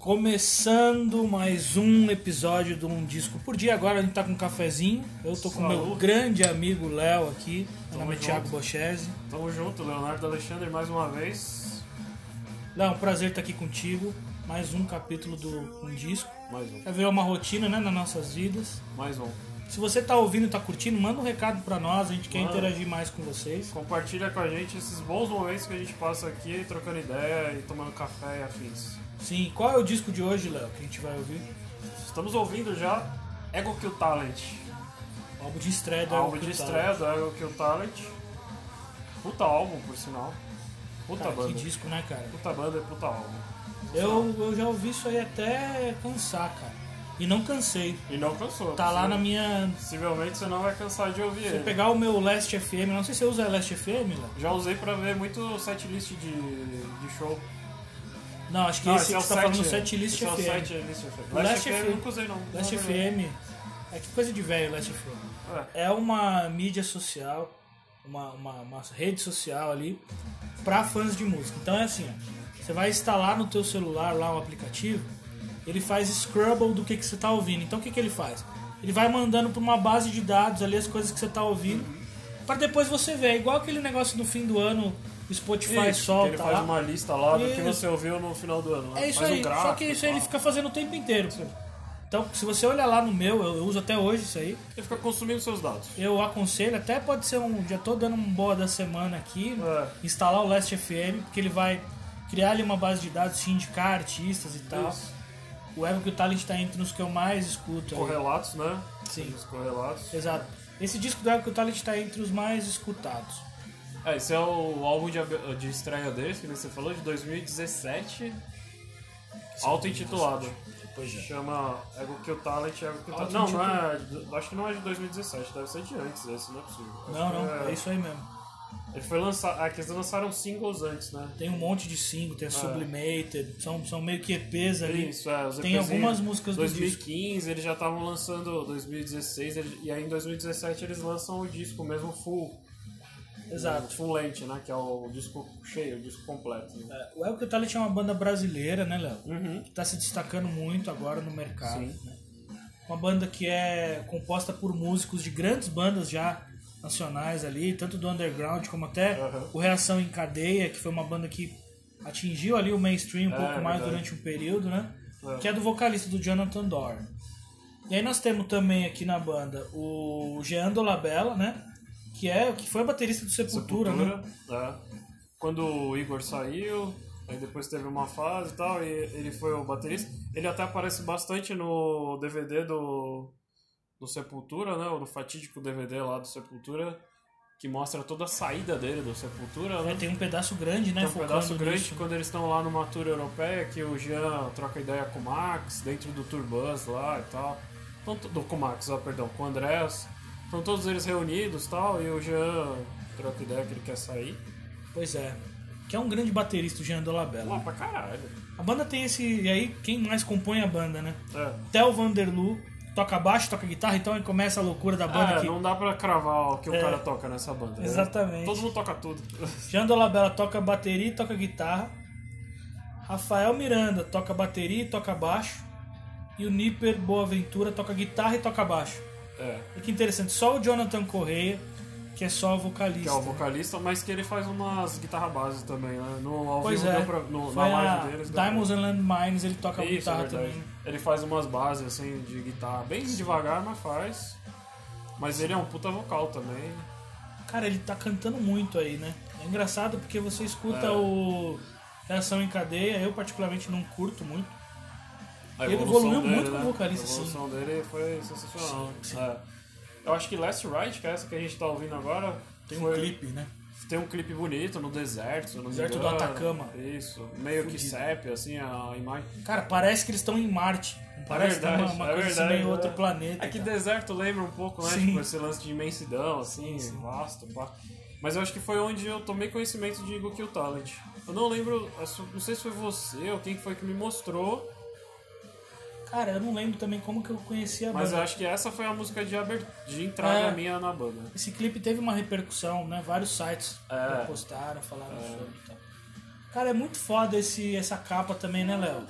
Começando mais um episódio de Um Disco por Dia. Agora a gente tá com um cafezinho. Eu tô com o meu Saúde. grande amigo Léo aqui. Meu nome é junto. Thiago Bochese. Tamo junto, Leonardo Alexandre, mais uma vez. Léo, um prazer estar aqui contigo. Mais um capítulo do Um Disco. Mais um, Já virou uma rotina, né, nas nossas vidas. mais um. Se você tá ouvindo, tá curtindo, manda um recado pra nós. A gente quer Manda. interagir mais com vocês. Compartilha com a gente esses bons momentos que a gente passa aqui, trocando ideia e tomando café e afins. Sim, qual é o disco de hoje, Léo, que a gente vai ouvir? Estamos ouvindo já Ego Kill Talent, O álbum de estreia né, tá- do álbum Ego de Kill estreia do Ego Kill Talent. Puta álbum, por sinal. Puta Cara, que banda. disco, né, cara? Puta banda e puta álbum. Eu, eu já ouvi isso aí até cansar, cara. E não cansei. E não cansou. Tá lá na possivelmente- minha. Possivelmente você não vai cansar de ouvir Se eu ele. pegar o meu Last FM, não sei se você usa Last FM, Léo. Já usei pra ver muito setlist de, de show. Não, acho que esse que você tá falando setlist é esse é o FM. site List FM. O Last, Last FM FM. eu nunca usei não. Last Não, não. FM. É que coisa de velho, Last FM. É. É uma mídia social, uma, uma, uma rede social ali, pra fãs de música. Então é assim, ó, você vai instalar no teu celular lá um aplicativo, ele faz scrubble do que, que você tá ouvindo. Então o que, que ele faz? Ele vai mandando pra uma base de dados ali as coisas que você tá ouvindo, pra depois você ver. É igual aquele negócio no fim do ano, o Spotify Isso, solta Ele faz tá? lá. uma lista lá do que Isso. você ouviu no final do ano. né? É isso faz aí, Um gráfico, só que isso aí ele pá. fica fazendo o tempo inteiro. Então, se você olhar lá no meu, eu eu uso até hoje isso aí, Ele fica consumindo seus dados. eu aconselho, até pode ser um. Já tô dando um boa da semana aqui, É. instalar o Last FM, porque ele vai criar ali uma base de dados, te indicar artistas e tal. Isso. O Evo que o Talent tá entre os que eu mais escuto. aí. Correlatos, né? Sim. Os correlatos. Exato. Esse disco do Evo que o Talent tá entre os mais escutados. É, esse é o álbum de, ab- de estreia desse, que nem você falou, de 2017. Auto-intitulado. Pois é. Chama Ego Kill Talent, Ego Kill Talent. Não, não é, Auto-intitulado. acho que não é de 2017, deve ser de antes, esse não é possível. Acho Não, que não, é isso aí mesmo. Ele foi lançado. Ah, que eles lançaram singles antes, né? Tem um monte de single, É. tem a Sublimated, são, são meio que EPs ali. Isso, é, os Tem EPzinhos. algumas músicas do 2015, eles já estavam lançando 2016, eles- e aí em 2017 eles lançam o disco mesmo full. Exato. Full length, né? Que é o disco cheio, o disco completo. né? É, O El Talent é uma banda brasileira, né, Léo? Uhum. Que tá se destacando muito agora no mercado. Sim. né? Uma banda que é composta por músicos de grandes bandas já nacionais ali, tanto do underground como até Aham. o Reação em Cadeia, que foi uma banda que atingiu ali o mainstream um É, pouco mais verdade. durante um período, né? É. Que é do vocalista do Jonathan Dorn. E aí nós temos também aqui na banda o Jean Dolabella, né? Que é que foi baterista do Sepultura, né? É. Quando o Igor saiu, aí depois teve uma fase e tal, e ele foi o baterista. Ele até aparece bastante no DVD do, do Sepultura, né? Ou no fatídico DVD lá do Sepultura, que mostra toda a saída dele do Sepultura, né? É, Tem um pedaço grande, né? Tem um focando pedaço grande nisso. quando eles estão lá numa tour europeia que o Jean troca ideia com o Max, dentro do tour bus lá e tal. Então, to- do, com o Max, ó, perdão, com o Andrés. Estão todos eles reunidos e tal, e o Jean troca ideia que ele quer sair. Pois é. Que é um grande baterista, o Jean Dolabella. Lá pra caralho. A banda tem esse. E aí, quem mais compõe a banda, né? É. Theo Vanderloo toca baixo, toca guitarra, então aí começa a loucura da banda Ah, aqui. não dá pra cravar o que É. o cara toca nessa banda. né? Exatamente. Todo mundo toca tudo. Jean Dolabella toca bateria e toca guitarra. Rafael Miranda toca bateria e toca baixo. E o Nipper Boaventura toca guitarra e toca baixo. É. E que interessante, só o Jonathan Correia, que é só o Que vocalista. é o vocalista, mas que ele faz umas guitarra bases também, né? No ao Pois vivo é, deu pra, no, foi na a live deles. deu pra- Diamonds and Landmines, ele toca Isso, é guitarra verdade. também. né? Ele faz umas bases assim de guitarra, bem devagar, mas faz. Mas ele é um puta vocal também. Cara, ele tá cantando muito aí, né? É engraçado porque você escuta É. o Reação em Cadeia, eu particularmente não curto muito. A Ele evolução evoluiu muito como né? vocalista, A evolução dele foi sensacional. Sim, sim. É. Eu acho que Last Ride, que é essa que a gente tá ouvindo agora, Tem um foi- clipe, né? Tem um clipe bonito no deserto, se eu não me Deserto do engano. Atacama. Isso. Meio que sépia, assim, a imagem. Cara, parece que eles estão em Marte. Parece que tá uma, uma é coisa assim, verdade, meio é. outro planeta. É que cara. deserto lembra um pouco, né? Sim. Tipo, esse lance de imensidão, assim, Sim, sim. vasto, pá. Mas eu acho que foi onde eu tomei conhecimento de Go Kill Talent. Eu não lembro, acho- não sei se foi você ou quem foi que me mostrou, Cara, eu não lembro também como que eu conheci a mas eu banda. acho que essa foi a música de, aber... de entrada É. minha na banda. Esse clipe teve uma repercussão, né? Vários sites É. postaram, é falaram sobre e tal. Cara, é muito foda esse, essa capa também, né, Léo?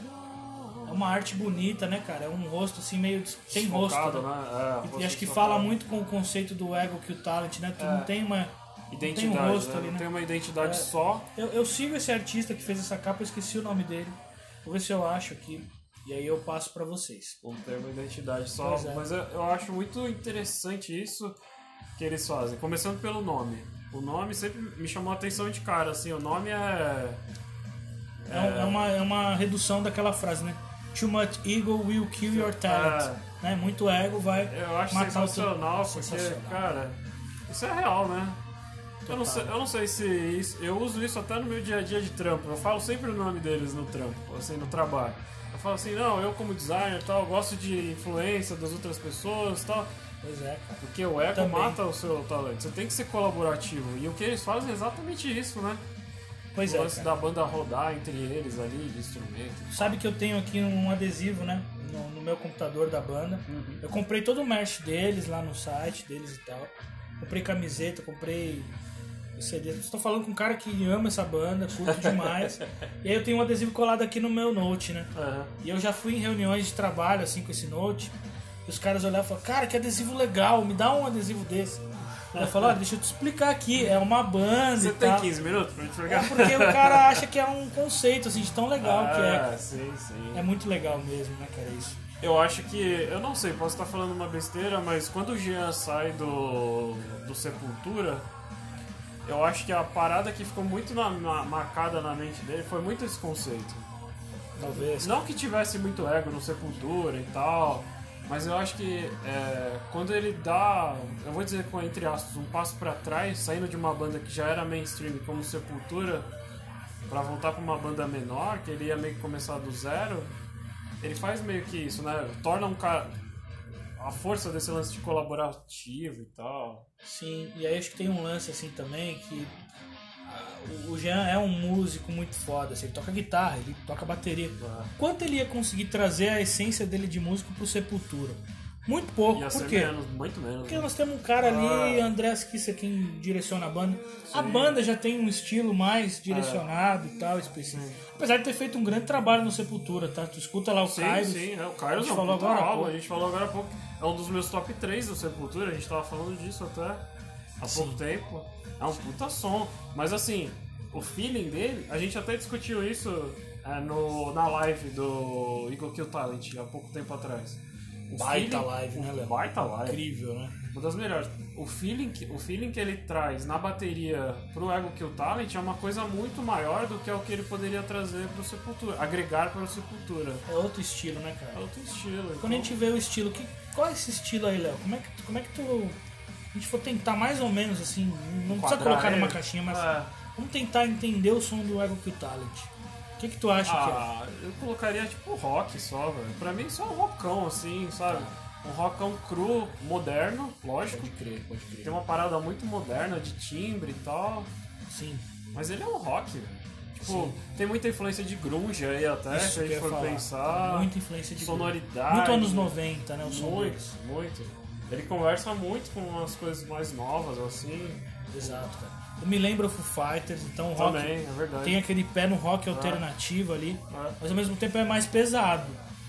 É uma arte bonita, né, cara? É um rosto assim meio. des- Tem rosto. Desfocado, né? né? É, E, e acho rosto que desfocado. fala muito com o conceito do ego que o talent, né? Tu não tem uma. não É. tem identidade, um rosto né? ali, Não né? tem uma identidade É. só. Eu, eu sigo esse artista que fez essa capa, eu esqueci o nome dele. Vou ver se eu acho aqui. E aí eu passo pra vocês. Não tem uma um identidade só. Pois é. Mas eu, eu acho muito interessante isso que eles fazem. Começando pelo nome. O nome sempre me chamou a atenção de cara, assim, o nome é. É, um- é uma, é uma redução daquela frase, né? Too much ego will kill your talent. Né? Muito ego vai É. Eu acho matar o teu... sensacional, porque, Sensacional. cara, isso é real, né? Eu não, sei, eu não sei se isso, eu uso isso até no meu dia a dia de trampo. Eu falo sempre o nome deles no trampo, assim, no trabalho. Eu falo assim, não, eu como designer e tal, eu gosto de influência das outras pessoas e tal. Pois é, cara. Porque o ego Também. mata o seu talento. Você tem que ser colaborativo. E o que eles fazem é exatamente isso, né? Pois o é, lance cara. da banda rodar entre eles ali, de instrumento. Sabe que eu tenho aqui um adesivo, né? No, no meu computador da banda. Uhum. Eu comprei todo o merch deles lá no site deles e tal. Comprei camiseta, comprei CD. Estou falando com um cara que ama essa banda, curto demais. e aí eu tenho um adesivo colado aqui no meu note, né? Aham. E eu já fui em reuniões de trabalho, assim, com esse note. E os caras olhavam e falavam, cara, que adesivo legal, me dá um adesivo desse. Eu falo, olha, deixa eu te explicar aqui, é uma banda Você e tem tal. 15 minutos pra gente É pegar? porque o cara acha que é um conceito, assim, de tão legal que é. Ah, sim, sim. É muito legal mesmo, né, cara? Isso. Eu acho que. Eu não sei, posso estar falando uma besteira, mas quando o Jean sai do. do Sepultura, eu acho que a parada que ficou muito na- ma- marcada na mente dele foi muito esse conceito. Talvez. Não que tivesse muito ego no Sepultura e tal, mas eu acho que é, quando ele dá, eu vou dizer com entre aspas, um passo pra trás, saindo de uma banda que já era mainstream como Sepultura, pra voltar pra uma banda menor, que ele ia meio que começar do zero, ele faz meio que isso, né? Torna um cara. A força desse lance de colaborativo e tal. Sim, e aí acho que tem um lance assim também que ah, o- o Jean é um músico muito foda, assim, ele toca guitarra, ele toca bateria. Quanto ele ia conseguir trazer a essência dele de músico pro Sepultura? Muito pouco, Ia por ser quê? menos, muito menos. Porque nós temos um cara ali, Ah. André Esquissa, quem direciona a banda. A banda já tem um estilo É. mais direcionado e tal, específico. Apesar de ter feito um grande trabalho no Sepultura, tá? Tu escuta lá o Sim, Caio. sim, é, o Kairos gente é um falou puta agora há álbum, a pouco. gente falou agora há pouco. É um dos meus top 3 do Sepultura, a gente tava falando disso até há pouco tempo. É um puta som. Mas assim, o feeling dele, a gente até discutiu isso é, no, na live do Eagle Kill Talent há pouco tempo atrás. O Baita live, né, Léo? Baita live. Incrível, né? Uma das melhores. O feeling, que, o feeling que ele traz na bateria pro Ego Kill Talent é uma coisa muito maior do que é o que ele poderia trazer pro Sepultura, agregar pro Sepultura. É outro estilo, né, cara? É outro estilo. Quando a então- gente vê o estilo, que, qual é esse estilo aí, Léo? Como é que, como é que tu. A gente for tentar mais ou menos assim, não precisa Enquadrar colocar numa ele. caixinha, mas É. vamos tentar entender o som do Ego Kill Talent. O que, é. que tu acha Ah, eu colocaria tipo rock só, velho. Pra mim só um rockão, assim, sabe? Um rockão cru, moderno, que é? lógico. crer, pode crer. Tem uma parada muito moderna de timbre e tal. Sim, Mas ele é um rock, velho. Tipo, Sim. tem muita influência de grunge aí até, isso que se a eu gente ia for falar. pensar. Muita influência de sonoridade. Muito anos 90, né? O som deles. Muito, muito. Ele conversa muito com as coisas mais novas, assim. Exato, cara. Eu me lembro o Foo Fighters, então o rock Também, Ah. é verdade. tem aquele pé no rock alternativo ali, Ah. mas ao mesmo tempo é mais pesado,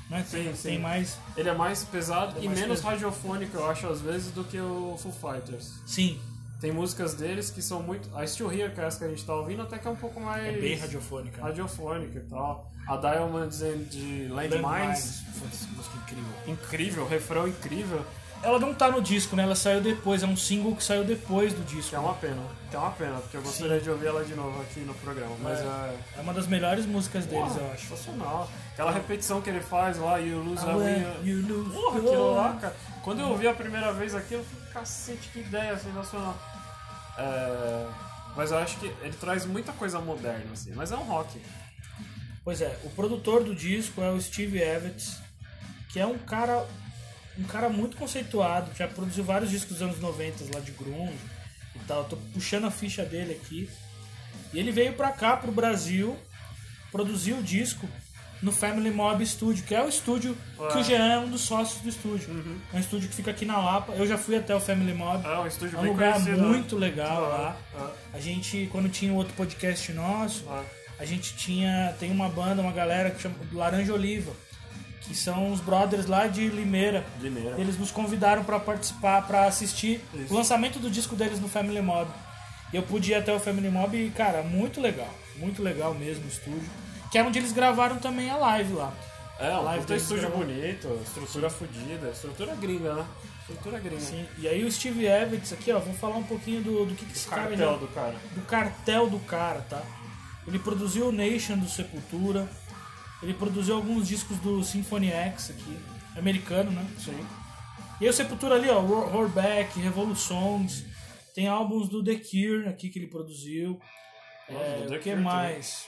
né? Sim, tem, sim. tem mais. Ele é mais pesado É e mais menos pesado. radiofônico, eu acho, às vezes, do que o Foo Fighters. Sim, Tem músicas deles que são muito. A Still Here, que é essa que a gente tá ouvindo, até que é um pouco mais. é bem radiofônica. né? radiofônica e tal. A Diamonds and the Landmines. Foda-se, que música incrível. Incrível, refrão incrível. Ela não tá no disco, né? Ela saiu depois, é um single que saiu depois do disco. Que é uma pena. Que é uma pena, porque eu gostaria de ouvir ela de novo aqui no programa. Mas é. É uma das melhores músicas deles, Porra, eu acho. Sensacional. Aquela repetição que ele faz lá, You Lose Ah, uh, a Win. You lose Porra, your- aquilo lá, cara. Quando eu ouvi a primeira vez aquilo, eu falei, cacete, que ideia sensacional. É, Mas eu acho que ele traz muita coisa moderna, assim. Mas é um rock. Pois é, o produtor do disco é o Steve Evans, que é um cara um cara muito conceituado, que já produziu vários discos dos anos 90 lá de grunge e tal. Tô puxando a ficha dele aqui. E ele veio pra cá pro Brasil, produziu o disco no Family Mob Studio, que é o estúdio que o Jean é um dos sócios do estúdio. É um estúdio que fica aqui na Lapa. Eu já fui até o Family Mob. É um estúdio É um bem lugar conhecido. né? muito legal lá. Ah, A gente, quando tinha um outro podcast nosso, ah, ah. a gente tinha. Tem uma banda, uma galera que chama Laranja Oliva. que são os brothers lá de Limeira. Limeira. Eles nos convidaram pra participar, pra assistir Isso. o lançamento do disco deles no Family Mob. E eu pude ir até o Family Mob e, cara, muito legal. Muito legal mesmo o estúdio. Que é onde eles gravaram também a live lá. É, A um live puta deles estúdio gravou. bonito, estrutura fodida, estrutura gringa, né? Estrutura gringa. Sim. E aí o Steve Evans aqui, ó, vamos falar um pouquinho do, do que, que esse O cara cartel já- do cara. do cartel do cara, tá? Ele produziu o Nation do Sepultura. Ele produziu alguns discos do Symphony X aqui, americano, né? Sim. E aí o Sepultura ali, ó, Roar- Roarback, Revolutions. Tem álbuns do The Cure aqui que ele produziu. Nossa, É, do o The que Cure mais?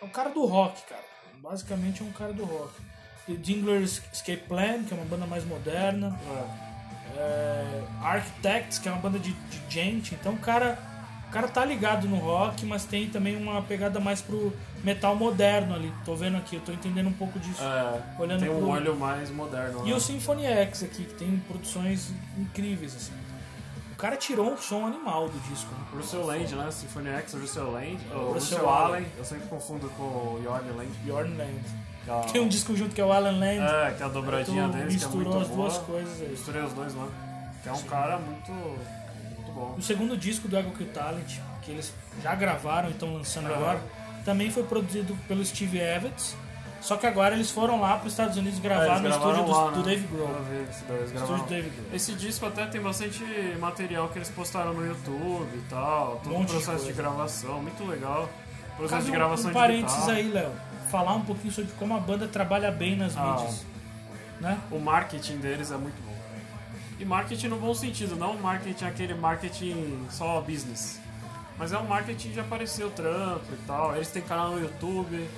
É um cara do rock, cara. Basicamente é um cara do rock. E Dingler's Escape Plan, que é uma banda mais moderna. É. É, Architects, que é uma banda de, de gente. Então o cara, o cara tá ligado no rock, mas tem também uma pegada mais pro metal moderno ali. Tô vendo aqui, eu tô entendendo um pouco disso. É, Olhando tem um pro- olho mais moderno. E né? o Symphony X aqui, que tem produções incríveis, assim. O cara tirou um som animal do disco. né? Russell Land, né? Symphony X, Russell Land. É, ou Russell Russell, Allen. Allen. Eu sempre confundo com o Yorn Land. Bjorn Land. Da... Tem um disco junto que é o Alan Land. É, que é a dobradinha Tu deles, que é misturou muito as boa. duas coisas aí. Misturei os dois, né? Que é um cara muito, muito bom. O segundo disco do Ego Kill Talent, que eles já gravaram e estão lançando Aham. agora, também foi produzido pelo Steve Evans. Só que agora eles foram lá para os Estados Unidos gravar É, no eles gravaram estúdio do, lá, do né? Dave Grohl. Eu vi isso daí, eles Estúdio gravaram. do Dave Grohl. Esse disco até tem bastante material que eles postaram no YouTube e tal. Todo monte o de processo de, coisa. gravação, muito legal. Processo Cabe de um- gravação um de parênteses guitarra. aí, Léo. Falar um pouquinho sobre como a banda trabalha bem nas Ah. mídias. Né? O marketing deles é muito bom. E marketing no bom sentido, não o marketing aquele marketing só business. Mas é um marketing de aparecer o trampo e tal. Eles têm canal no YouTube.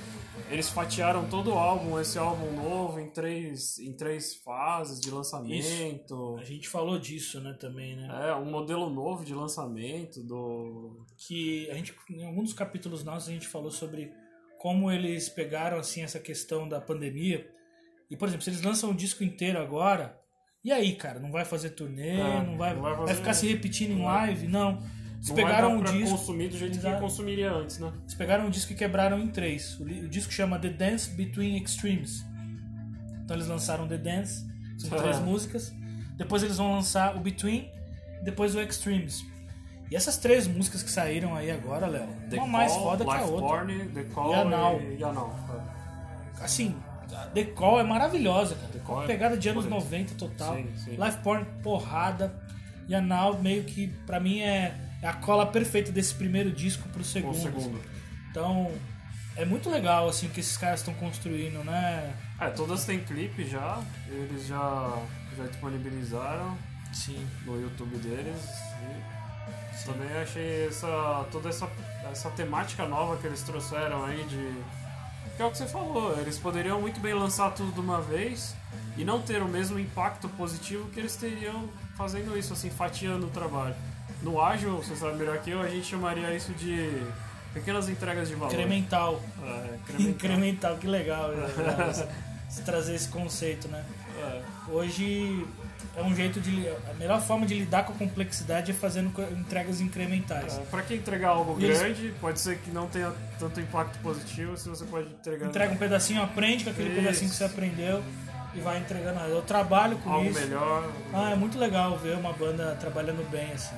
Eles fatiaram todo o álbum, esse álbum novo, em três, em três fases de lançamento. A gente falou disso, né, também, né? É, um modelo novo de lançamento do. que a gente em alguns capítulos nossos a gente falou sobre como eles pegaram assim essa questão da pandemia. E por exemplo, se eles lançam um disco inteiro agora, e aí, cara, não vai fazer turnê, É, não vai, não vai vai, fazer- ficar se repetindo em live, não. Eles Não pegaram vai um dar pra disco, consumir do jeito Exato. que consumiria antes, né? eles pegaram um disco e quebraram em três. O, li- o disco chama The Dance Between Extremes. Então eles lançaram The Dance, são três É. músicas. Depois eles vão lançar o Between, depois o Extremes. E essas três músicas que saíram aí agora, Léo, uma mais foda que a outra. Lifeborn, The Call E a Now. e é. Yanal. assim, a The Call é maravilhosa, cara. The Call Uma é pegada de anos bonito. 90 total. Sim, sim. Life Porn, porrada. E a Now meio que, pra mim, é é a cola perfeita desse primeiro disco pro O segundo. segundo. Então, é muito legal, assim, o que esses caras estão construindo, né? É, todas têm clipe já, eles já, já disponibilizaram Sim. no YouTube deles. E também achei essa, toda essa, essa temática nova que eles trouxeram aí de. Que é o que você falou, eles poderiam muito bem lançar tudo de uma vez e não ter o mesmo impacto positivo que eles teriam fazendo isso, assim, fatiando o trabalho. No ágil, você sabe melhor que eu, a gente chamaria isso de pequenas entregas de valor. Incremental. É, incremental. Incremental, que legal. né? Legal isso. Se trazer esse conceito, né? É. Hoje é um jeito de. li- A melhor forma de lidar com a complexidade é fazendo co- entregas incrementais. É, Pra quem entregar algo E eles- grande, pode ser que não tenha tanto impacto positivo se você pode entregar entrega um pedacinho, aprende com aquele Isso. pedacinho que você aprendeu e vai entregando. Eu trabalho com algo isso. melhor. Ah, é muito legal ver uma banda trabalhando bem assim.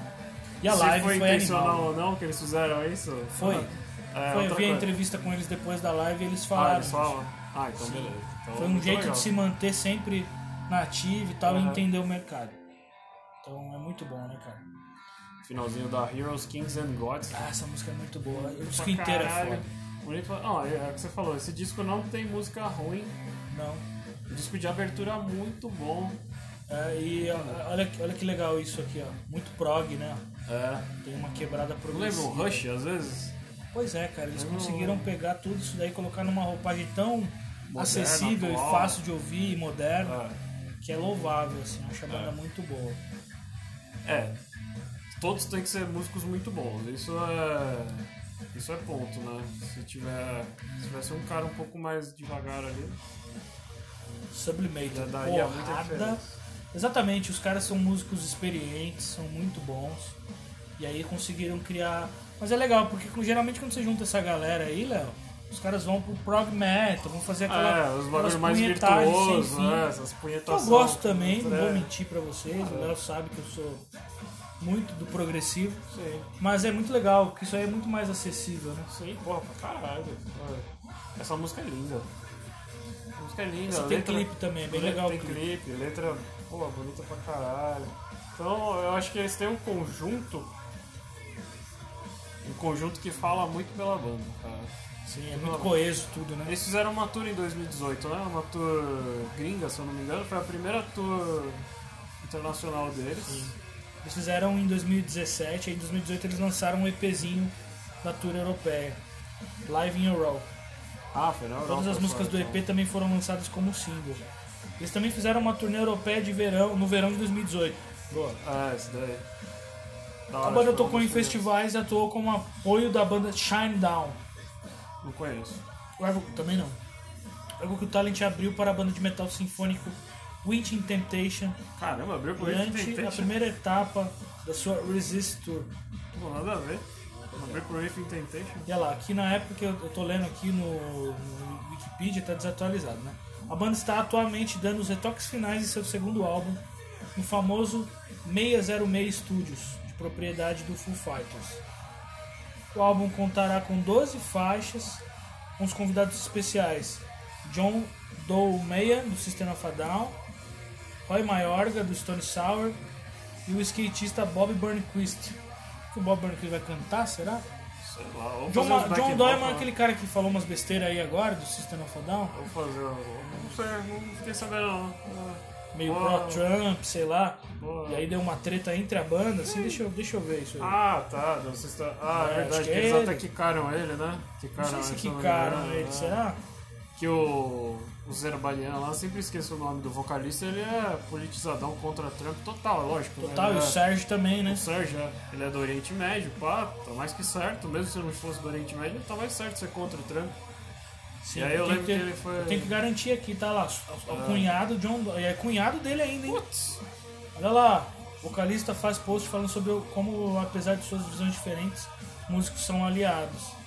E a se live foi foi, intencional animal. ou não que eles fizeram isso? Foi. É, foi, eu outra vi a coisa. entrevista com eles depois da live e eles Ah, falaram. eles falam? Ah, então beleza. Então, Foi um muito jeito legal. de se manter sempre na ativa e tal e Aham. entender o mercado. Então é muito bom, né, cara? Finalzinho da Heroes, Kings and Gods. Ah, essa música é muito boa. O disco Pra inteiro é caralho. foda. Bonito. Ah, é, é o que você falou, esse disco não tem música ruim. Não. Um disco de abertura muito bom. É, e ó, olha, que- olha que legal isso aqui, ó. Muito prog, né? É. Tem uma quebrada Não lembra progressiva. o Rush, às vezes? Pois é, cara, eles Eu não- conseguiram pegar tudo isso daí e colocar numa roupagem tão acessível atual. e fácil de ouvir e moderna, É. que é louvável, assim, acho a banda muito boa. É. Todos têm que ser músicos muito bons. Isso é. Isso é ponto, né? Se tiver. Se tivesse um cara um pouco mais devagar ali, Sublimate, já daria muita porrada. diferença. Exatamente, os caras são músicos experientes, são muito bons. E aí conseguiram criar. Mas é legal, porque com- geralmente quando você junta essa galera aí, Léo, Os caras vão pro prog metal, vão fazer aquela, É, os aquelas bagulhos mais punhetagens sem virtuosos, fim. né? Essas Eu punhetações. gosto também, não vou É, mentir pra vocês, o Léo sabe que eu sou muito do progressivo, Sim, mas é muito legal, porque isso aí é muito mais acessível, né? sim, porra, pra caralho. Olha, Essa música é linda. Essa música é linda. Essa a tem letra- clipe também, é bem legal o Tem clipe. clipe, letra, pô, bonita pra caralho. Então, eu acho que eles têm um conjunto. Um conjunto que fala muito pela banda, cara. Sim, é muito coeso tudo, né? Eles fizeram uma tour em 2018, né? Uma tour gringa, se eu não me engano. Foi a primeira tour internacional deles. Eles fizeram em 2017, aí em 2018 eles lançaram um EPzinho da tour europeia, Live in Europe. Ah, foi na Europa. Todas as só, músicas do então. EP também foram lançadas como single. Eles também fizeram uma turnê europeia de verão, no verão de 2018. Boa. É, isso daí. Da A hora, banda tipo, tocou eu em gostei. festivais e atuou como apoio da banda Shine Down. Não conheço. O Ergo também não. O Ergo que o Talent abriu para a banda de metal sinfônico Witching Temptation Caramba, abriu por isso. durante a primeira etapa da sua Resist Tour. Não nada a ver. Abriu por Riff Intentation. E olha lá, aqui na época que eu, eu tô lendo aqui no, no Wikipedia, tá desatualizado, né? A banda está atualmente dando os retoques finais de seu segundo álbum, no famoso 606 Studios, de propriedade do Foo Fighters. O álbum contará com 12 faixas, com os convidados especiais John Doe Meia, do System of a Down, Roy Mayorga, do Stone Sour, e o skatista Bob Burnquist. O que o Bob Burnquist vai cantar, será? Sei lá. Vou John, fazer uns né? Ma John back Doyman é vocal. aquele cara que falou umas besteiras aí agora do System of a Down, Vou fazer. um- Não sei, não fiquei sabendo não. Ah, meio boa, pró-Trump, sei lá. boa. E aí deu uma treta entre a banda, assim, deixa eu, deixa eu ver isso aí. Ah, tá. do System- Ah, É, acho é verdade. que que é eles ele. até quicaram ele, né? não Quicaram sei se ele, eu não me quicaram engano, ele, né? será? Que o, o Zerbalian lá, eu sempre esqueço o nome do vocalista, ele é politizadão contra Trump total, lógico. né? Total, e Ele o é- Sérgio também, né? O Sérgio, né? ele é do Oriente Médio, pá, tá mais que certo. Mesmo se não fosse do Oriente Médio, tá mais certo ser contra o Trump. Sim, E aí eu tenho lembro que ele É. foi- eu tenho que garantir aqui, tá lá, o o cunhado John Doyman, é cunhado dele ainda, hein? Putz! Olha lá, o vocalista faz post falando sobre o- como, apesar de suas visões diferentes, músicos são aliados.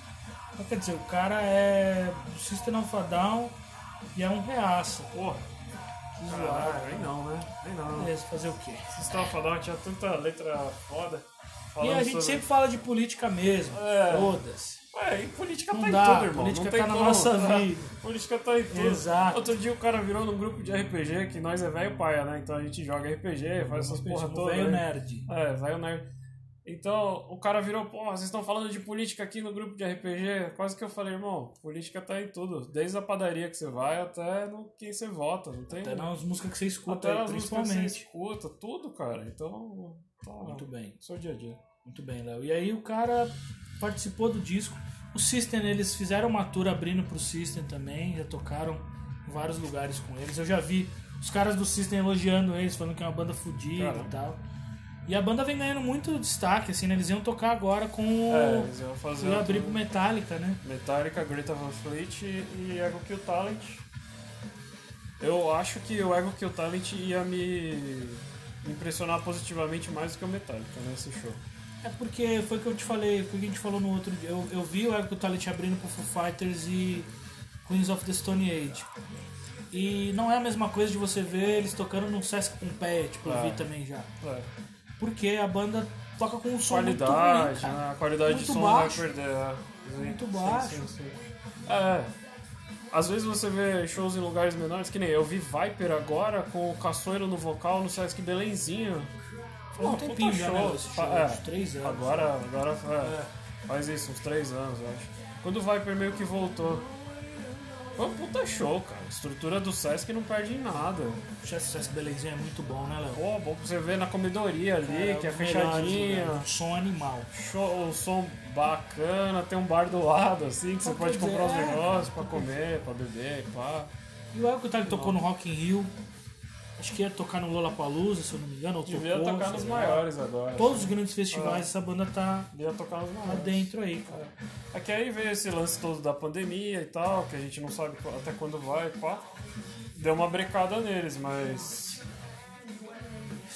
Então, quer dizer, o cara é do System of a Down e é um reaça. Porra, Que zoado. caralho, aí não, né? Aí não. Beleza, fazer o quê? Vocês estavam falando, tinha tanta letra foda. E falando a gente sobre- sempre fala de política mesmo. É. Foda-se. É, e política Não tá dá, em tudo, irmão. política não tem tá na como, nossa tá? vida. Política tá em tudo. Exato. Outro dia o cara virou num grupo de RPG, que nós é velho paia, né? Então a gente joga RPG, faz essas porra Tipo, toda. velho né? nerd. É, velho nerd. Então, o cara virou, porra, vocês estão falando de política aqui no grupo de RPG? Quase que eu falei, irmão, política tá em tudo. Desde a padaria que você vai até no quem você vota, não tem? Até nas músicas que você escuta, até aí, nas músicas que você principalmente. escuta, tudo, cara. Então, tá. Muito bem, Seu dia a dia. muito bem, Léo. E aí o cara participou do disco. O System, eles fizeram uma tour abrindo pro System também, já tocaram em vários lugares com eles. Eu já vi os caras do System elogiando eles, falando que é uma banda fodida Caramba. e tal. E a banda vem ganhando muito destaque, assim, né? Eles iam tocar agora com o. É, eles iam fazer. iam abrir outro- pro Metallica, né? Metallica, Greta Van Fleet e Ego Kill Talent. Eu acho que o Ego Kill Talent ia me impressionar positivamente mais do que o Metallica nesse show. É porque foi o que eu te falei, foi o que a gente falou no outro dia. Eu, eu vi o Ego Talent abrindo pro Foo Fighters e Queens of the Stone Age. E não é a mesma coisa de você ver eles tocando no Sesc Pompeia, tipo, eu Ah. vi também já. É. Porque a banda toca com um som muito ruim, qualidade, cara. né? a qualidade Muito de som baixo. vai perder. é. Sim, Muito sim, baixo. sim, sim. É. Às vezes você vê shows em lugares menores, que nem eu vi Viper agora com o Caçoeiro no vocal no Sesc Belenzinho. Faz um Pô, tempinho puta já, né, esse show, Fa- é. uns três anos. Agora, agora é, faz isso, uns três anos, eu acho. Quando o Viper meio que voltou. Foi um puta show, cara. A estrutura do Sesc não perde em nada. O Sesc Sesc Belenzinho é muito bom, né, Léo? Pô, bom pra você ver na comedoria ali, Cara, que é um dos melhores fechadinha. lugares, Um som animal. Show, o som bacana, tem um bar do lado, assim, que você Então, pode quer dizer, comprar os é, negócios pra comer, pra beber, pá. E o Ego Talent tocou no Rock in Rio. Acho que ia tocar no Lollapalooza, se eu não me engano, ou Devia tocou, tocar sei nos lá. maiores agora. Todos os grandes festivais essa banda tá Devia tocar nos lá maiores. dentro aí, cara. É. Aqui aí veio esse lance todo da pandemia e tal, que a gente não sabe qu- até quando vai, pá. Deu uma brecada neles, mas.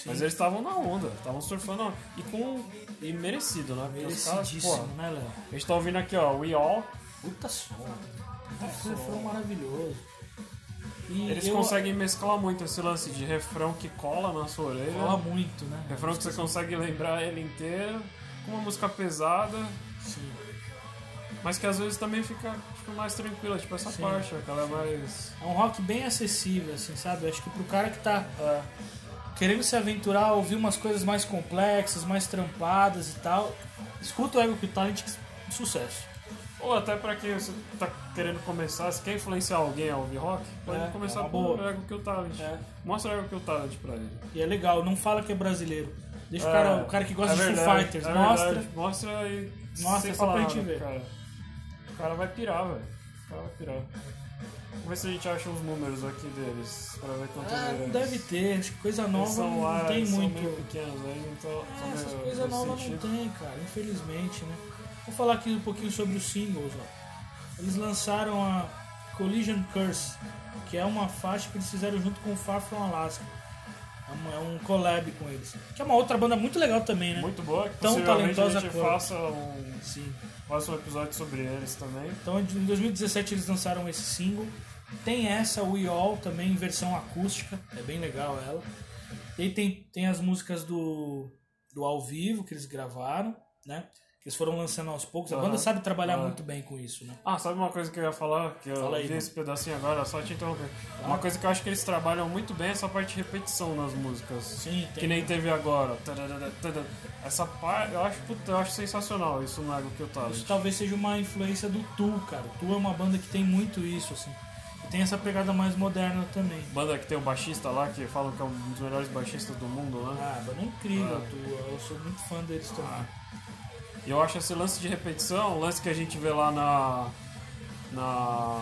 Mas eles estavam na onda, estavam surfando a onda. E com. E merecido, né? Porque os caras, Merecidíssimo, pô, né, Léo? a gente tá ouvindo aqui, ó, We All. puta som. Um refrão maravilhoso. E Eles eu- conseguem mesclar muito esse lance de refrão que cola na sua orelha. Fala muito, né? Refrão que você consegue lembrar ele inteiro, com uma música pesada, Sim. mas que às vezes também fica tipo, mais tranquila, tipo essa Sim. parte, aquela mais. É um rock bem acessível, assim, sabe? Eu acho que pro cara que tá É, querendo se aventurar a ouvir umas coisas mais complexas, mais trampadas e tal, escuta o Ego Kill Talent, que é sucesso. Ou até pra quem você tá querendo começar, se quer influenciar alguém a ouvir rock, pode É, é começar uma por boa. Ego Kill Talent. É. Mostra o Ego Kill Talent pra ele. E é legal, não fala que é brasileiro. Deixa o É, cara, o cara que gosta é de Foo verdade, Fighters, é mostra. verdade. Mostra e. Mostra sem só pra falar gente nada, ver. Cara. O cara vai pirar, velho. O cara vai pirar. Vamos ver se a gente acha os números aqui deles, pra ver quantos Ah, não eles- deve ter, acho que coisa Eles nova são lá, não tem eles são muito. meio pequenos aí, então. É, essas meio coisas novas não recente. tem, cara, infelizmente, né? Vou falar aqui um pouquinho sobre os singles, ó. Eles lançaram a Collision Curse, que é uma faixa que eles fizeram junto com o Far From Alaska. É um, é um collab com eles. Que é uma outra banda muito legal também, né? Muito boa, que Tão possivelmente a talentosa gente quanto. faça um, Sim. faça um episódio sobre eles também. Então, em 2017 eles lançaram esse single. Tem essa We All também em versão acústica, é bem legal ela. E aí tem, tem as músicas do, do ao vivo que eles gravaram, né? Que eles foram lançando aos poucos. A Aham. banda sabe trabalhar Aham. muito bem com isso, né? Ah, sabe uma coisa que eu ia falar? Que eu Fala aí, vi mano. esse pedacinho agora, só te interromper. Uma coisa que eu acho que eles trabalham muito bem é essa parte de repetição nas músicas. Sim, tem. Que nem teve agora. Tararara, tararara. Essa parte, eu acho, puta, eu acho sensacional isso no Ego que eu tava. Isso talvez seja uma influência do Tu, cara. O Tu é uma banda que tem muito isso, assim. E tem essa pegada mais moderna também. Banda que tem um baixista lá, que falam que é um dos melhores baixistas do mundo, né? Ah, a banda é incrível, Ah. o Tu. Eu sou muito fã deles também. E eu acho esse lance de repetição, o lance que a gente vê lá na. Na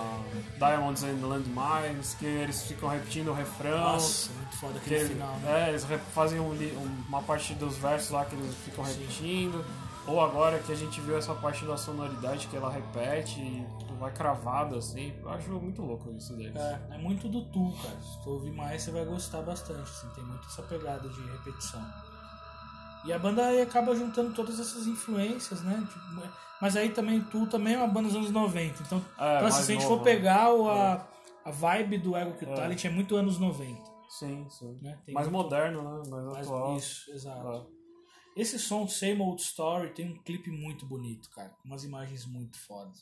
Diamonds and Landmines, que eles ficam repetindo o refrão. Nossa, muito foda Que, aquele ele- final, né? é, eles re- fazem um li- um- uma parte dos versos lá que eles ficam Sim. repetindo. Ou agora que a gente viu essa parte da sonoridade que ela repete e vai cravada assim. Eu acho muito louco isso deles. É, é muito do tu, cara. Se tu ouvir mais, você vai gostar bastante. assim, tem muito essa pegada de repetição. E a banda aí acaba juntando todas essas influências, né? Tipo, mas aí também tu também é uma banda dos anos 90. Então, É, então, assim, mais se a gente novo, for né? pegar o- a, a vibe do Ego Kill É. Talent é muito anos 90. Sim, sim. Né? Tem mais muito- moderno, né? Mais, Mas- atual. Isso, exato. Ah. Esse som Same Old Story tem um clipe muito bonito, cara. com Umas imagens muito fodas.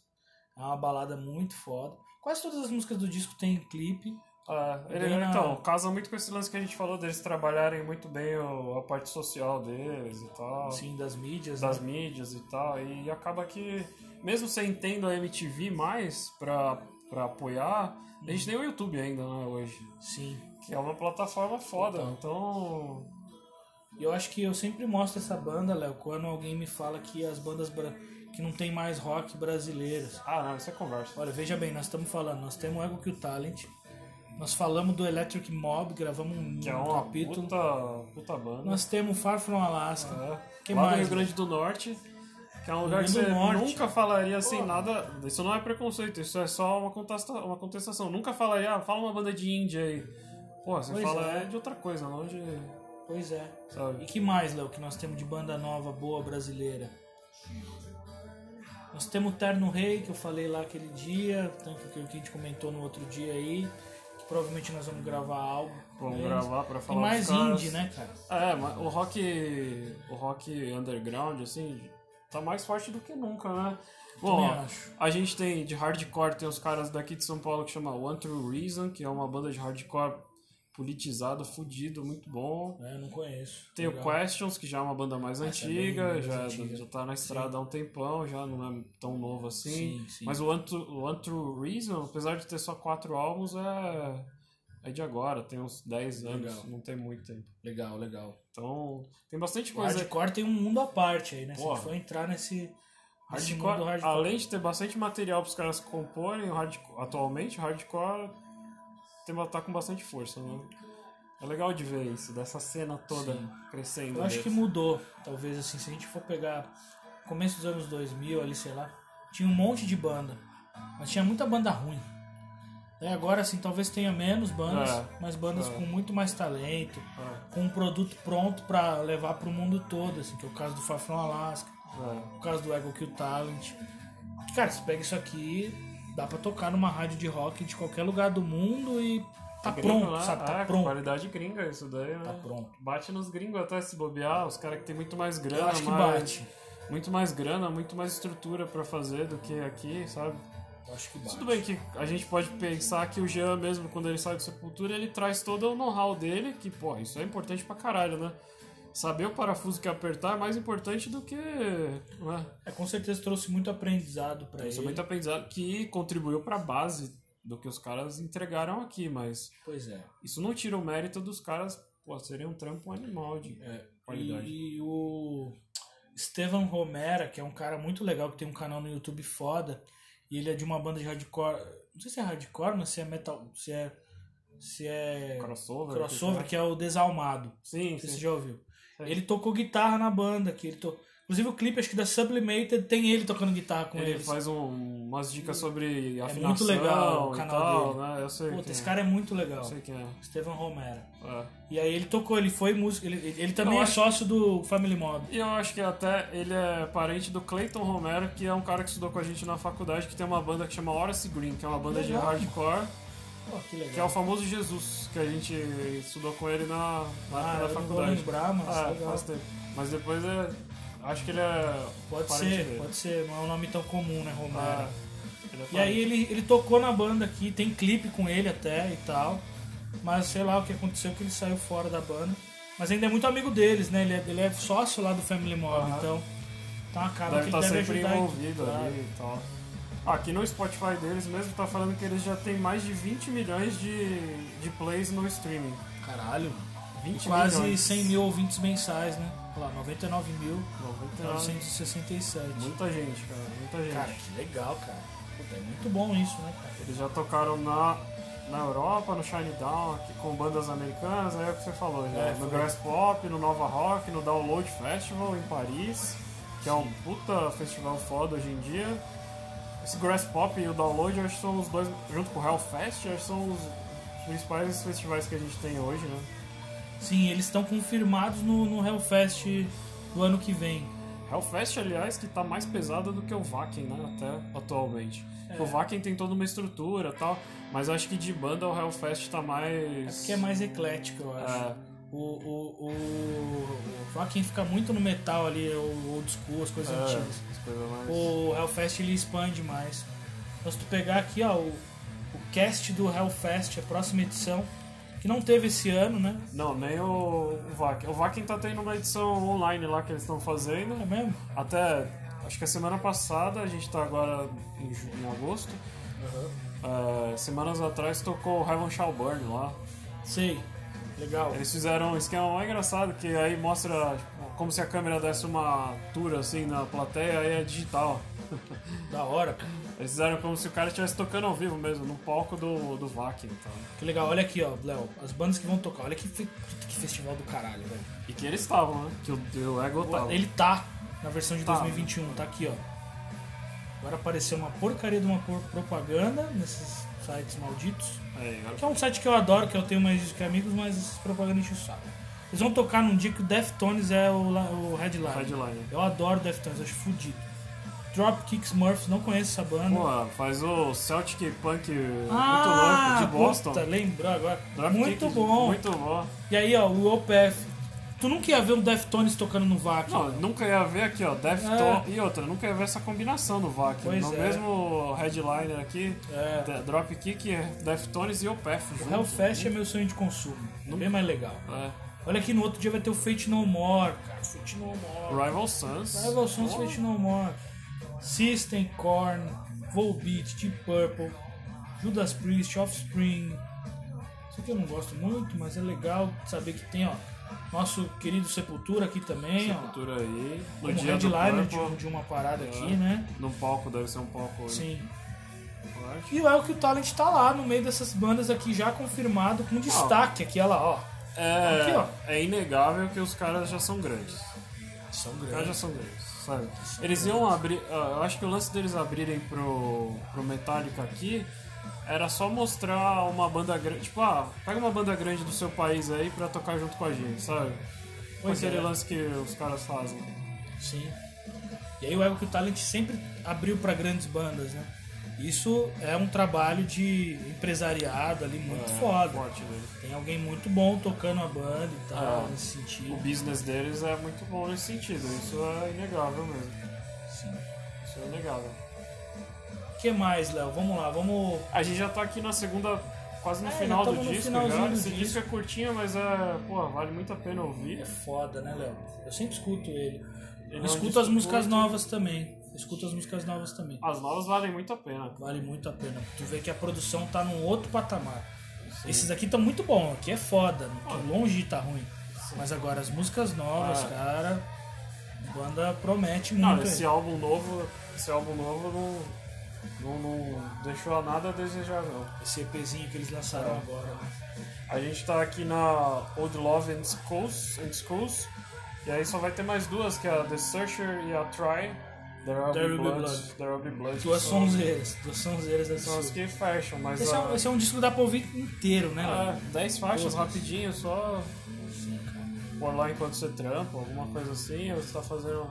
É uma balada muito foda. Quase todas as músicas do disco têm clipe. Ah, ele- Bem na- então, casa muito com esse lance que a gente falou deles trabalharem muito bem o- a parte social deles e tal. Assim, das mídias. das né? mídias e tal, e acaba que, mesmo você entendo a MTV mais pra, pra apoiar, a gente tem o YouTube ainda, né, hoje, Sim. que é uma plataforma foda, então... E eu acho que eu sempre mostro essa banda, Léo, quando alguém me fala que as bandas bra- que não tem mais rock brasileiras. Ah, não, isso é conversa. Olha, veja bem, nós estamos falando, nós temos o Ego Kill Talent, nós falamos do Electric Mob, gravamos um, Que é uma capítulo. puta, puta banda. Nós temos Far From Alaska. É. Que Lá do mais, né? Rio Grande do Norte, que é um lugar que Rio você Grande do Norte. nunca falaria assim, nada... Isso não é preconceito, isso é só uma, contesta, uma contestação. Nunca falaria, ah, fala uma banda de índia aí. Pô, você Pois fala é. é de outra coisa, não de... Pois é. Sabe? E que mais, Léo, que nós temos de banda nova, boa, brasileira? Nós temos o Terno Rei, que eu falei lá aquele dia, tanto que a gente comentou no outro dia aí, que provavelmente nós vamos gravar algo. com Vamos eles. gravar pra E falar mais dos caras. indie, né, cara? É, mas o rock, o rock underground, assim, tá mais forte do que nunca, né? Bom, Também acho. a gente tem de hardcore, tem os caras daqui de São Paulo que chama One True Reason, que é uma banda de hardcore politizado, fudido, muito bom. É, eu não conheço. Tem Legal. o Questions, que já é uma banda mais Essa é bem antiga, mais já, antiga. já tá na estrada há um tempão, já não é tão novo assim. Sim, sim. Mas o One True, o One True Reason, apesar de ter só quatro álbuns, é, é de agora, tem uns 10 anos, Legal. não tem muito tempo. Legal, legal. Então, tem bastante O coisa. hardcore tem um mundo à parte aí, né? Se a Porra. gente for entrar nesse, nesse mundo do Hardcore, hardcore. além de ter bastante material para os caras comporem, o hardco- atualmente o hardcore tem, tá com bastante força, né? É legal de ver isso, dessa cena toda Sim. crescendo. É, Eu acho que deles. mudou, talvez assim, se a gente for pegar começo dos anos 2000 ali, sei lá, tinha um monte de banda, mas tinha muita banda ruim. Daí agora assim, talvez tenha menos bandas, É, mas bandas é. com muito mais talento, É, com um produto pronto pra levar pro mundo todo, assim, que é o caso do Fafrão Alaska, é. o caso do Ego Kill Talent. Cara, você pega isso aqui, dá pra tocar numa rádio de rock de qualquer lugar do mundo e tá Gringo pronto, lá, sabe? Tá é, pronto. Qualidade gringa isso daí, né? Tá pronto. Bate nos gringos até se bobear, os caras que tem muito mais grana, Eu acho que mais- bate. muito mais grana, muito mais estrutura pra fazer do que aqui, sabe? Eu acho que bate. Tudo bem que a gente pode pensar que o Jean mesmo, quando ele sai do Sepultura, ele traz todo o know-how dele, que, pô, isso é importante pra caralho, né? Saber o parafuso que apertar é mais importante do que, né? É, com certeza trouxe muito aprendizado pra Isso ele. é muito aprendizado que contribuiu pra base do que os caras entregaram aqui, mas Pois é. isso não tira o mérito dos caras, pô, serem um trampo animal de É, qualidade. E o Estevam Romera, que é um cara muito legal, que tem um canal no YouTube foda, e ele é de uma banda de hardcore. Não sei se é hardcore, mas se é metal. Se é. Se é. Crossover. Crossover, que é o Desalmado. Sim, Não sei se sim. você já ouviu. Sim. Ele tocou guitarra na banda, que ele to... Inclusive o clipe, acho que da Sublimated, tem ele tocando guitarra com Ele eles. faz um- umas dicas sobre afinação é muito legal o e canal tal, dele. né? Eu sei Puta, quem esse é. cara é muito legal. Eu sei quem é. Estevam Romera. É. E aí ele tocou, ele foi músico. Ele, ele também Eu é acho- sócio do Family Mob. E eu acho que até ele é parente do Clayton Romero, que é um cara que estudou com a gente na faculdade, que tem uma banda que chama Horace Green, que é uma banda de Legal. hardcore, Pô, que legal. que é o famoso Jesus, que a gente estudou com ele na, na Ah, época da eu não vou faculdade. lembrar, mas Ah, legal. faz tempo. Mas depois é. Acho que ele é. Pode parente ser, dele. pode ser, não é um nome tão comum, né, Romero? Ah, ele e é aí parente. ele, ele tocou na banda aqui, tem clipe com ele até e tal. Mas sei lá o que aconteceu, que ele saiu fora da banda. Mas ainda é muito amigo deles, né? Ele é, ele é sócio lá do Family Mob, Aham. então. Tá uma cara deve que estar ele deve sempre ajudar. envolvido claro. ali e tal. Aqui no Spotify deles mesmo tá falando que eles já têm mais de 20 milhões de, de plays no streaming. Caralho. 20 Quase milhões. 100 mil ouvintes mensais, né? Olha lá, 99.967. 99. Muita gente, cara, muita gente. Cara, que legal, cara. Puta, é muito bom isso, né, cara? Eles já tocaram na, na Europa, no Shine Down, aqui, com bandas americanas, aí é o que você falou já. É, foi. no Grass Pop, no Nova Rock, no Download Festival em Paris, que é um puta festival foda hoje em dia. Esse Grass Pop e o Download, eu acho que são os dois, junto com o Hellfest, eu acho que são os principais festivais que a gente tem hoje, né? Sim, eles estão confirmados no, no Hellfest do ano que vem. Hellfest, aliás, que tá mais pesado do que o Vakin, né? Até atualmente. É. Porque O Vakin tem toda uma estrutura e tal, mas acho que de banda o Hellfest tá É mais. porque é mais eclético, eu acho. É. O, o, o, o Joaquim fica muito no metal ali, o old school, as coisas É, antigas. as coisas mais- O Hellfest ele expande mais. Então, se tu pegar aqui, ó, o, o cast do Hellfest, a próxima edição, que não teve esse ano, né? Não, nem o, o Vakin. O Vakin tá tendo uma edição online lá que eles estão fazendo. É mesmo? Até, acho que a semana passada, a gente tá agora em, ju- em agosto. É, semanas atrás tocou o Heaven Shall Burn lá. Sei. Legal. Eles fizeram um esquema mó engraçado que aí mostra tipo, como se a câmera desse uma tour assim na plateia, aí é digital. Da hora, cara. Eles fizeram como se o cara estivesse tocando ao vivo mesmo, no palco do, do Vakin. Então. Que legal. Olha aqui, ó, Léo. As bandas que vão tocar. Olha que, fe- que festival do caralho, velho. E que eles estavam, né? Que o, que o Ego tava. Ele tá na versão de Tá. 2021, tá aqui, ó. Agora apareceu uma porcaria de uma por- propaganda nesses sites malditos. Aí, agora Que é um site que eu adoro, que eu tenho mais que amigos, mas esses propagandas enchem o saco. Eles vão tocar num dia que o Deftones é o, la- o headline. headline. Eu adoro Deftones, acho fudido. Dropkick Smurfs, não conheço essa banda. Pô, faz o Celtic Punk ah, muito louco de Boston. Puta, lembrou agora. Draft muito Kings, bom. Muito bom. E aí, ó, o OPF. Tu nunca ia ver um Deftones tocando no VAC. Não, nunca ia ver aqui, ó, Defton É. e outra, nunca ia ver essa combinação no VAC. Pois no é. mesmo headliner aqui, É. da- Dropkick, é Deftones e Opeth O junto. Hellfest é meu sonho de consumo. É bem mais legal. É. Olha aqui no outro dia vai ter o Fate No More, cara. Fate No More. Rival Sons. Rival Sons, Pô, Fate No More. System, Korn, Volbeat, Deep Purple, Judas Priest, Offspring. Isso aqui eu não gosto muito, mas é legal saber que tem, ó. Nosso querido Sepultura aqui também, ó. Sepultura aí. No Como dia do Um headliner de, um- Purple, de uma parada aqui, É. né? Num palco, deve ser um palco Sim. forte. E é o que o Talent tá lá no meio dessas bandas aqui já confirmado com destaque aqui, olha lá, ó. É, Aqui, ó. é inegável que os caras já são grandes. São Os caras já são grandes, sabe? Eles iam abrir. ah, Eu acho que o lance deles abrirem pro, pro Metallica aqui era só mostrar uma banda grande. Tipo, ah, pega uma banda grande do seu país aí pra tocar junto com a gente, sabe? Com Pois aquele é. lance que os caras fazem. Sim. E aí o Ego que o Talent sempre abriu para grandes bandas, né? Isso é um trabalho de empresariado ali muito É, foda. forte, né? Tem alguém muito bom tocando a banda e tal, Ah, nesse sentido. O business deles é muito bom nesse sentido, isso é inegável mesmo. Sim. Isso é inegável. O que mais, Léo? Vamos lá, vamos. A gente já tá aqui na segunda, quase no É, já final do tamo no disco finalzinho já. do Esse disco. disco é curtinho, mas é, pô, vale muito a pena ouvir. É foda, né, Léo? Eu sempre escuto ele. Ele é Eu um escuto disco as músicas curto. novas também. Eu escuto as músicas novas também. As novas valem muito a pena. Vale muito a pena. Tu vê que a produção tá num outro patamar. Esses aqui estão muito bons, aqui é foda, não tô longe de tá ruim. Mas agora as músicas novas, Ah. cara, a banda promete é muito. Não, hein? esse álbum novo, esse álbum novo não. Não, não deixou nada a desejar, não. Esse EPzinho que eles É. lançaram agora. né? A gente tá aqui na Old Love and Schools, and Schools e aí só vai ter mais duas, que é a The Searcher e a Try. There Will There Be Will Be Blood. Blood. There Will Be Blood. que Duas são- sonzeiras, duas sonzeiras dessa São as que fecham, mas... esse, é um, a- esse é um disco que dá pra ouvir inteiro, né? Ah, Léo? 10 faixas Duas. rapidinho, só por lá enquanto você trampa, alguma coisa assim, ou você tá fazendo.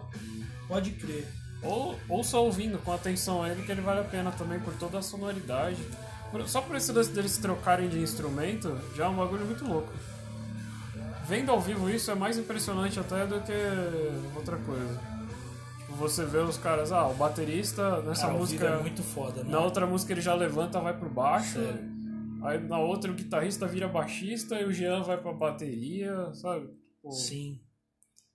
Pode crer. Ou, ou só ouvindo com atenção a ele, que ele vale a pena também por toda a sonoridade. Por- Só por esse lance deles trocarem de instrumento, já é um bagulho muito louco. Vendo ao vivo isso é mais impressionante até do que outra coisa. Tipo, você vê os caras, ah, o baterista nessa Cara, o música. vídeo é muito foda, né? Na outra música ele já levanta, vai pro baixo. Sério. Aí na outra o guitarrista vira baixista e o Jean vai pra bateria, sabe? Tipo, Sim.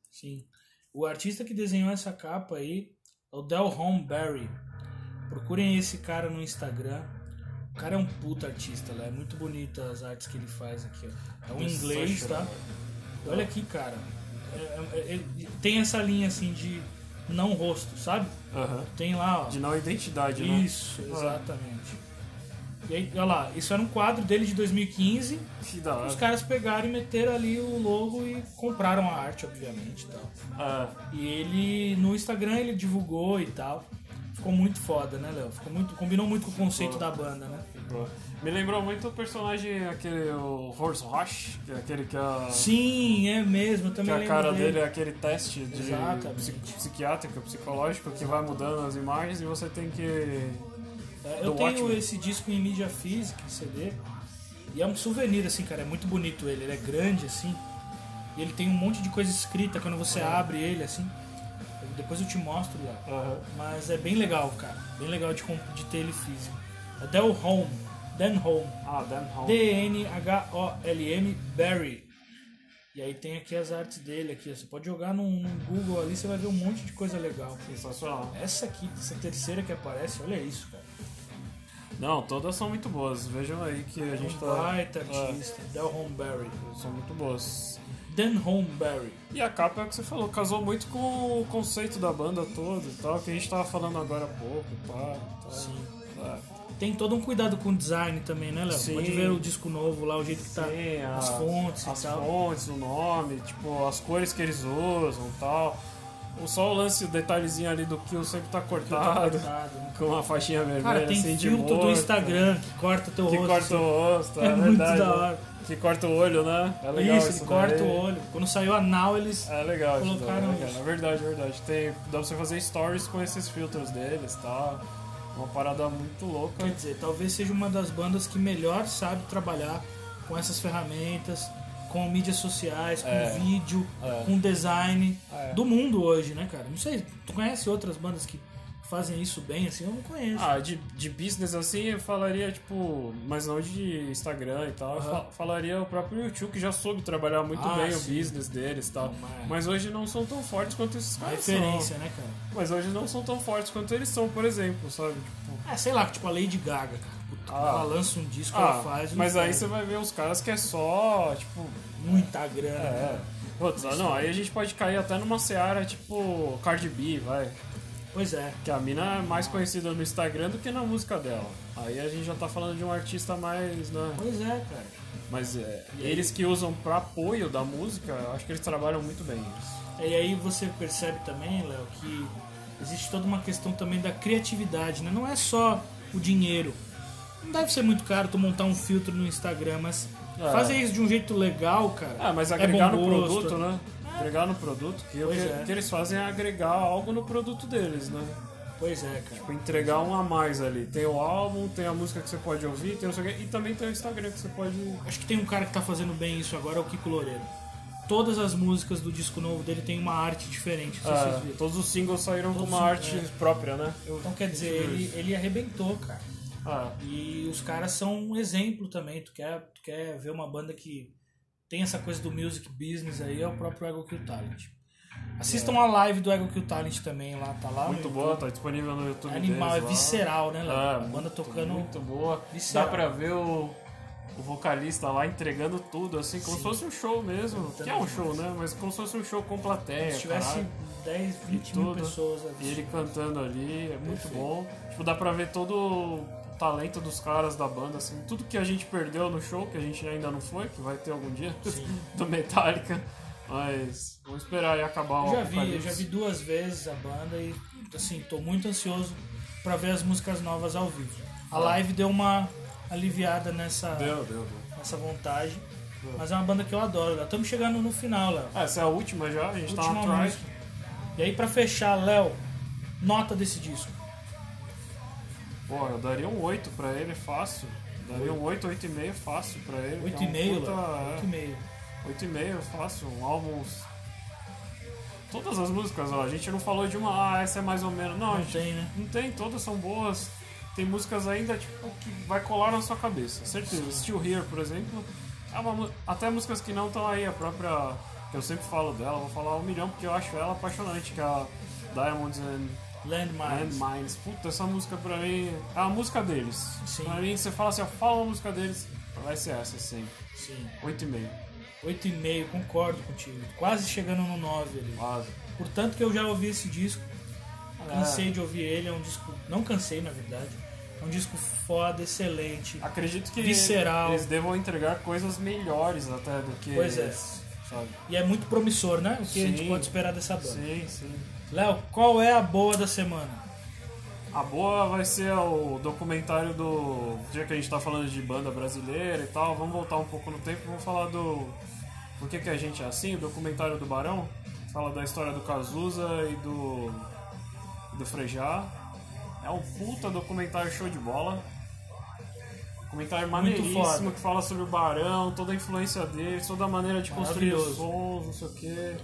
Sim. O artista que desenhou essa capa aí é o Del Barry. Procurem esse cara no Instagram. O cara é um puta artista, lá. É muito bonito as artes que ele faz aqui, ó. É um The inglês, Searcher, tá? né? Olha aqui, cara. É- é- é- ele tem essa linha assim de não rosto, sabe? Aham. Tem lá, ó. De não identidade, né? Isso, exatamente. E aí, olha lá, isso era um quadro dele de 2015. Que da hora. Os caras pegaram e meteram ali o logo e compraram a arte, obviamente, e tal. Ah, E ele no Instagram ele divulgou e tal. Ficou muito foda, né, Léo? Ficou muito, combinou muito com o conceito da banda, né? ficou. Me lembrou muito o personagem, aquele o Horse Rush, que é aquele que a, Sim, é mesmo, eu que também a lembro cara dele. dele é aquele teste de Exatamente. psi- psiquiátrico, psicológico, que vai mudando as imagens e você tem que É, eu do tenho Watchmen. esse disco em mídia física, em CD, e é um souvenir, assim, cara, é muito bonito ele, ele é grande, assim, e ele tem um monte de coisa escrita quando É. você abre ele, assim. Eu- Depois eu te mostro, Léo. Aham. Mas é bem legal, cara. Bem legal de, comp- de ter ele físico. É Del Home. Dan Home. Ah, Dan Hall. D-N-H-O-L-M Barry. E aí tem aqui as artes dele aqui. ó. Você pode jogar no, no Google ali, você vai ver um monte de coisa legal. Sensacional. Essa aqui, essa terceira que aparece, olha isso, cara. Não, todas são muito boas. Vejam aí que a gente um tá. baita é, artista, Del Homeberry. são muito boas. Dan Homeberry. E a capa é o que você falou, casou muito com o conceito da banda toda e tal, que a gente tava falando agora há pouco, pá, e tal. Sim. É. Tem todo um cuidado com o design também, né, Léo? Sim. Pode ver o disco novo lá, o jeito que tá. Tem a- as fontes as e tal. fontes, o nome, tipo, as cores que eles usam e tal. O- Só o lance, o detalhezinho ali do kill sempre tá cortado, Cortado, né? com uma faixinha vermelha Cara, tem assim de filtro do morto. Instagram que corta teu Que rosto. corta o rosto, é, É muito verdade. da né? hora. Que corta o olho, né? É legal isso, isso, ele corta daí. o olho. Quando saiu a Now, eles. É legal, isso daí, Colocaram é legal. isso. É verdade, é verdade. Tem, dá pra você fazer stories com esses filtros deles, tá? Uma parada muito louca. Quer dizer, talvez seja uma das bandas que melhor sabe trabalhar com essas ferramentas, com mídias sociais, com É. vídeo, É. com design É. do mundo hoje, né, cara? Não sei, tu conhece outras bandas que fazem isso bem assim? Eu não conheço. Ah, de, de business assim, eu falaria, tipo, mas não de Instagram e tal. Eu Aham. fa- falaria o próprio YouTube, que já soube trabalhar muito Ah, bem sim. o business deles e tal. Mas- Mas hoje não são tão fortes quanto esses Uma caras referência, né, cara? são. Mas hoje não são tão fortes quanto eles são, por exemplo, sabe? Tipo, É, sei lá, tipo a Lady Gaga, cara. Puta, Ah. Ela lança um disco, ah, ela faz. mas aí você você vai ver os caras que é só, tipo, No Instagram. né? É. Putz, ah, não, aí a gente pode cair até numa seara tipo Cardi B, vai. Pois é. Que a mina é mais conhecida no Instagram do que na música dela. Aí a gente já tá falando de um artista mais, né? Pois é, cara. Mas é, eles que usam pra apoio da música, eu acho que eles trabalham muito bem. isso. E aí você percebe também, Léo, que existe toda uma questão também da criatividade, né? Não é só o dinheiro. Não deve ser muito caro tu montar um filtro no Instagram, mas É. fazer isso de um jeito legal, cara. é Ah, mas agregar bom no gosto. produto, né? Agregar no produto, que o Pois que, é. que eles fazem é agregar algo no produto deles, né? Pois é, cara. Tipo, entregar um a mais ali. Tem o álbum, tem a música que você pode ouvir, tem não sei o quê, e também tem o Instagram que você pode. Acho que tem um cara que tá fazendo bem isso agora, é o Kiko Loureiro. Todas as músicas do disco novo dele tem uma arte diferente, não sei se Ah, vocês viram. todos os singles saíram Todos com uma os- arte própria, né? Eu- Então quer dizer, ele, ele arrebentou, cara. Ah, E os caras são um exemplo também. Tu quer, tu quer ver uma banda que tem essa coisa do music business aí, é o próprio Ego Kill Talent. Assistam a live do Ego Kill Talent também lá, tá lá. no É. muito YouTube. boa, tá disponível no YouTube. É animal, é deles lá. visceral, né, Léo? Ah, a banda muito, tocando. Muito boa. visceral. Dá pra ver o, o vocalista lá entregando tudo, assim, como Sim. se fosse um show mesmo. Então, Que é um show, né? Mas como se fosse um show com plateia. Se tivesse caralho. 10, 20 mil tudo. pessoas é E ele ali. cantando ali, é muito Perfeito. bom. Tipo, dá pra ver todo o talento dos caras da banda, assim, tudo que a gente perdeu no show, que a gente ainda não foi, que vai ter algum dia, Sim. do Metallica. Mas vamos esperar aí acabar o Eu já vi, eu Apocalipse. já vi duas vezes a banda e assim, tô muito ansioso pra ver as músicas novas ao vivo. A live deu uma aliviada nessa, Deu, deu, deu. nessa vontagem. Mas é uma banda que eu adoro, Léo. Estamos chegando no final, Léo. Ah, essa é a última já, a gente tá Última na try. música. E aí, pra fechar, Léo, nota desse disco. Pô, eu daria um 8 pra ele, fácil. Daria um 8, 8,5 fácil pra ele. que 8,5, Léo. É um puta, 8,5. é, 8,5 fácil, um álbum... Todas as músicas, ó, a gente não falou de uma, ah, essa é mais ou menos. Não, a Não gente tem, né? Não tem, todas são boas. Tem músicas ainda tipo, que vai colar na sua cabeça, certeza. Still Here, por exemplo, é uma mu- até músicas que não estão aí, a própria. que eu sempre falo dela, vou falar um milhão porque eu acho ela apaixonante, que é a Diamonds and Landmines. Landmines. Puta, essa música pra mim é a música deles. Sim. Pra mim, você fala assim, ó, fala uma música deles, vai ser essa, assim. sim. Sim. 8,5, 8,5, concordo contigo. Quase chegando no 9 ali. quase. Portanto que eu já ouvi esse disco. É. Cansei de ouvir ele, é um disco. Não cansei, na verdade. É um disco foda, excelente. Acredito que Visceral. eles devam entregar coisas melhores até do que. Pois é. eles, Sabe? E é muito promissor, né? O que a gente Sim. pode esperar dessa banda. Sim, sim. Léo, qual é a boa da semana? A boa vai ser o documentário do. Já que a gente tá falando de banda brasileira e tal, vamos voltar um pouco no tempo e vamos falar do. Por que, que a gente é assim? O documentário do Barão fala da história do Cazuza e do. do Frejá. É um puta documentário show de bola. Documentário foda. maneiríssimo que fala sobre o Barão, toda a influência dele, toda a maneira de construir os Maravilhoso. sons, não sei o que.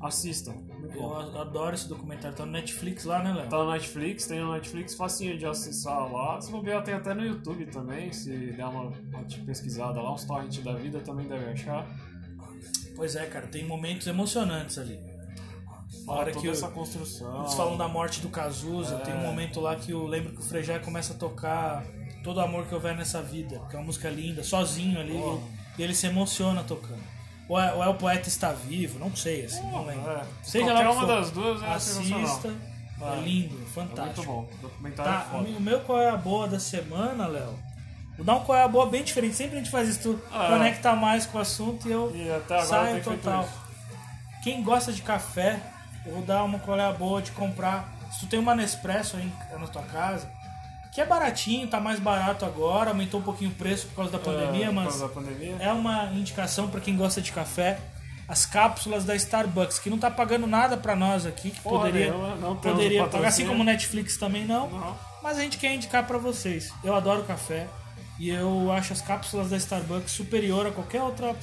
Assistam. Muito Eu bom. a- adoro esse documentário. Tá no Netflix lá, né, Léo? Tá no Netflix, tem no Netflix, facinho de acessar lá. Se bobear, tem até no YouTube também, se der uma, uma pesquisada lá, uns torrent da vida também deve achar. Pois é, cara, tem momentos emocionantes ali. Na Fala hora toda que o- essa Ah. É. construção. eles falam da morte do Cazuza, tem um momento lá que eu lembro que o Frejá começa a tocar Todo Amor Que Houver Nessa Vida, que é uma música linda, sozinho ali, Porra. e ele se emociona tocando. Ou é, ou é o poeta está vivo, não sei, assim, não Porra, lembro. é. Seja Qualquer lá o que uma for, das duas é Assista, é É. lindo, É muito fantástico. bom. O documentário Tá, é foda. o meu qual é a boa da semana, Léo? Vou dar um qual é a boa bem diferente. Sempre a gente faz isso, tu Ah. conecta mais com o assunto e eu E até agora saio tem feito total. isso. Quem gosta de café, eu vou dar uma qual é a boa de comprar. Se tu tem uma Nespresso aí na tua casa, que é baratinho, tá mais barato agora, aumentou um pouquinho o preço por causa da pandemia, É, por mas causa da pandemia. é uma indicação pra quem gosta de café. As cápsulas da Starbucks, que não tá pagando nada pra nós aqui, que Porra poderia, nenhuma, não temos poderia patrocínio. pagar, assim como o Netflix também não. Não. Mas a gente quer indicar pra vocês. Eu adoro café e eu acho as cápsulas da Starbucks superior a qualquer outra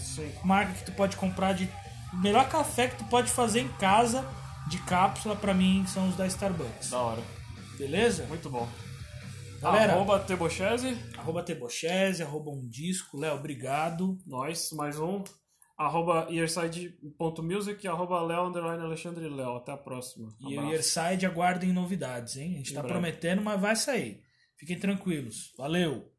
marca que tu pode comprar de o melhor café que tu pode fazer em casa de cápsula pra mim são os da Starbucks. Da hora. Beleza? Muito bom. Galera. Arroba Tebochese. Arroba Tebochese, arroba um disco, Léo, obrigado. Nós, mais um. Arroba earside.music. Arroba Léo, underline Alexandre Léo. Até a próxima. E o Abraço. Yearside aguardem novidades, hein? A gente Em tá breve. prometendo, mas vai sair. Fiquem tranquilos. Valeu!